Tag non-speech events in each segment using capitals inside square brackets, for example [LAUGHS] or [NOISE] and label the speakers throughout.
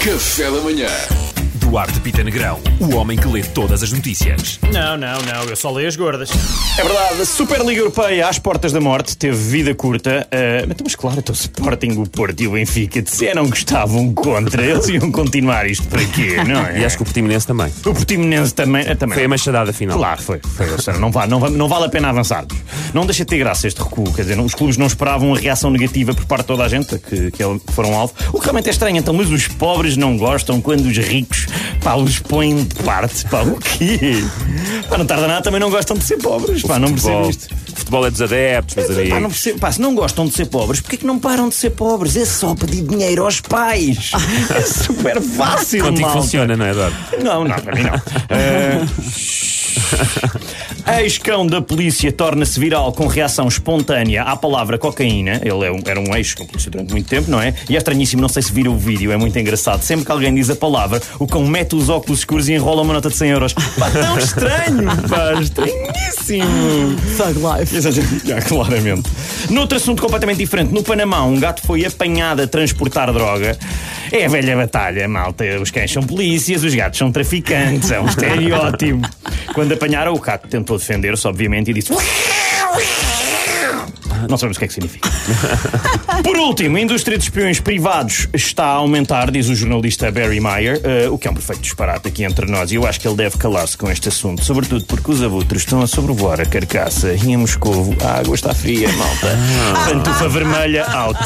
Speaker 1: Café da Manhã.
Speaker 2: Duarte Pita Negrão, o homem que lê todas as notícias.
Speaker 3: Não, não, não, eu só leio as gordas.
Speaker 4: É verdade, a Superliga Europeia às portas da morte teve vida curta, eh, mas estamos claro, então o Sporting, o Porto e o Benfica disseram que estavam contra, eles iam continuar isto para quê, não é?
Speaker 2: E acho que o Portimonense também.
Speaker 4: o Portimonense também, eh, também.
Speaker 2: Foi a machadada final.
Speaker 4: Claro, foi. foi ou seja, não, vale, não, vale, não vale a pena avançarmos. Não deixa de ter graça este recuo. Quer dizer, não- os clubes não esperavam a reação negativa por parte de toda a gente que, que ele- foram alvo. O que realmente é estranho, então, mas os pobres não gostam quando os ricos pá, os põem de parte. Pá, o quê? Pá, não tarda nada, também não gostam de ser pobres. Pá, não percebo
Speaker 2: Futebol,
Speaker 4: isto.
Speaker 2: futebol é dos adeptos, meus
Speaker 4: Pá, não
Speaker 2: amigos.
Speaker 4: percebo. Pá, se não gostam de ser pobres, porquê que não param de ser pobres? É só pedir dinheiro aos pais. [LAUGHS] É super fácil.
Speaker 2: Contigo
Speaker 4: malta.
Speaker 2: funciona, não é, Eduardo?
Speaker 4: Não, não, para mim não. Eh, [LAUGHS] Ex-cão da polícia torna-se viral com reação espontânea à palavra cocaína. Ele é um- era um ex com polícia durante muito tempo, não é? E é estranhíssimo, não sei se viram o vídeo, é muito engraçado. Sempre que alguém diz a palavra, o cão mete os óculos escuros e enrola uma nota de 100 euros. Pá, tão estranho, pá, estranhíssimo.
Speaker 5: Thug Life.
Speaker 4: Exatamente. Ah, [LAUGHS] claramente. Noutro assunto completamente diferente, no Panamá, um gato foi apanhado a transportar droga. É a velha batalha, malta. Os cães são polícias, os gatos são traficantes. É um estereótipo. Quando apanharam, o gato tentou defender-se, obviamente, e disse. Não sabemos o que é que significa. Por último, a indústria de espiões privados está a aumentar, diz o jornalista Barry Meyer, eh, o que é um perfeito disparate aqui entre nós. E eu acho que ele deve calar-se com este assunto, sobretudo porque os abutres estão a sobrevoar a carcaça e em Moscovo a água está fria, malta. Pantufa vermelha, out.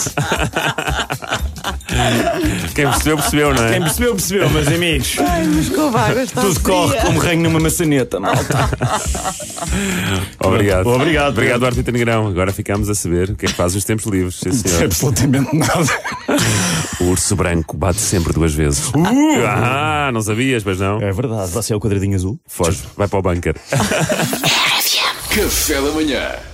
Speaker 2: Quem percebeu, percebeu, não é?
Speaker 4: percebeu, percebeu, meus amigos.
Speaker 5: Ai, mas com vagas está
Speaker 4: Tudo corre como ranho numa maçaneta, malta.
Speaker 2: Obrigado.
Speaker 4: Obrigado.
Speaker 2: Obrigado, Duarte Pita Negrão. Agora ficamos a saber o que é que faz os tempos livres. Sim,
Speaker 4: [LAUGHS]
Speaker 2: senhor.
Speaker 4: Absolutamente nada.
Speaker 2: O urso branco bate sempre duas vezes. Ah, não sabias, mas não.
Speaker 4: Uh! É verdade, você é o quadradinho azul?
Speaker 2: Foge, vai para o bunker.
Speaker 1: Café da Manhã.